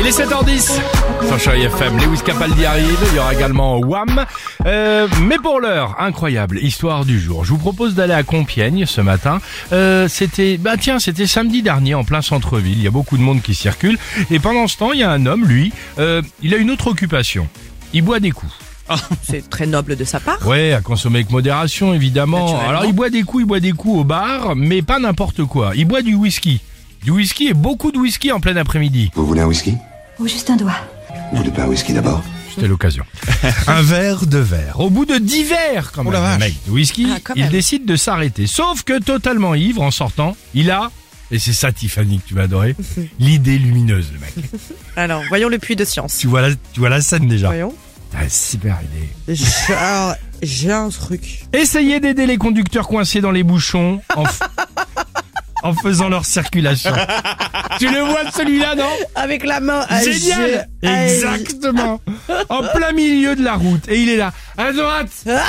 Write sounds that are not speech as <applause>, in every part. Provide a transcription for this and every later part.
Il est 7h10 sur Chérie FM. Lewis Capaldi arrive, il y aura également Wham. Euh, mais pour l'heure, incroyable histoire du jour. Je vous propose d'aller à Compiègne ce matin. Euh, c'était, bah tiens, c'était samedi dernier en plein centre-ville. Il y a beaucoup de monde qui circule. Et pendant ce temps, il y a un homme, lui, euh, il a une autre occupation. Il boit des coups. <laughs> C'est très noble de sa part. Ouais, à consommer avec modération, évidemment. Naturellement. Alors, il boit des coups, il boit des coups au bar, mais pas n'importe quoi. Il boit du whisky. Du whisky et beaucoup de whisky en plein après-midi. Vous voulez un whisky Ou juste un doigt. Vous voulez pas un whisky d'abord C'était l'occasion. <laughs> Un verre, deux verres. Au bout de dix verres, quand même, la vache. le mec de whisky, Ah, quand il même. décide de s'arrêter. Sauf que totalement ivre, en sortant, il a, et c'est ça Tiffany que tu vas <laughs> adorer, l'idée lumineuse, le mec. Alors, voyons le puits de science. Tu vois la, tu vois la scène déjà. Voyons. T'as une super idée. Genre, j'ai un truc. Essayez d'aider les conducteurs coincés dans les bouchons en, <laughs> f- en faisant leur circulation. tu le vois celui-là, non Avec la main. ah, Génial j'ai- ah, j'ai- Exactement En plein milieu de la route. Et il est là. À droite Ah.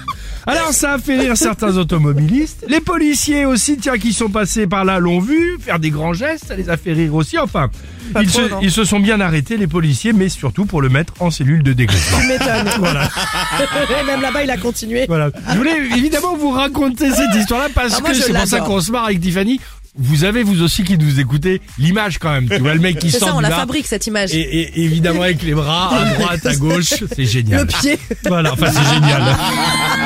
<laughs> Alors ça a fait rire certains automobilistes. Les policiers aussi, tiens, qui sont passés par là, l'ont vu faire des grands gestes, ça les a fait rire aussi. Enfin, Pas ils, trop, se, non. ils se sont bien arrêtés, les policiers, mais surtout pour le mettre en cellule de déglissement. <laughs> Tu m'étonnes. Et Même là-bas, il a continué. Voilà. Je voulais évidemment vous raconter cette histoire-là parce Ah, moi, que je c'est pour ça l'adore. qu'on se marre avec Tiffany. Vous avez vous aussi qui nous écoutez l'image quand même. Tu vois le mec qui C'est sort ça, on du la bar fabrique, cette image. et, et- évidemment avec les bras <laughs> à droite, à gauche, c'est génial. Le pied. Voilà, enfin c'est génial.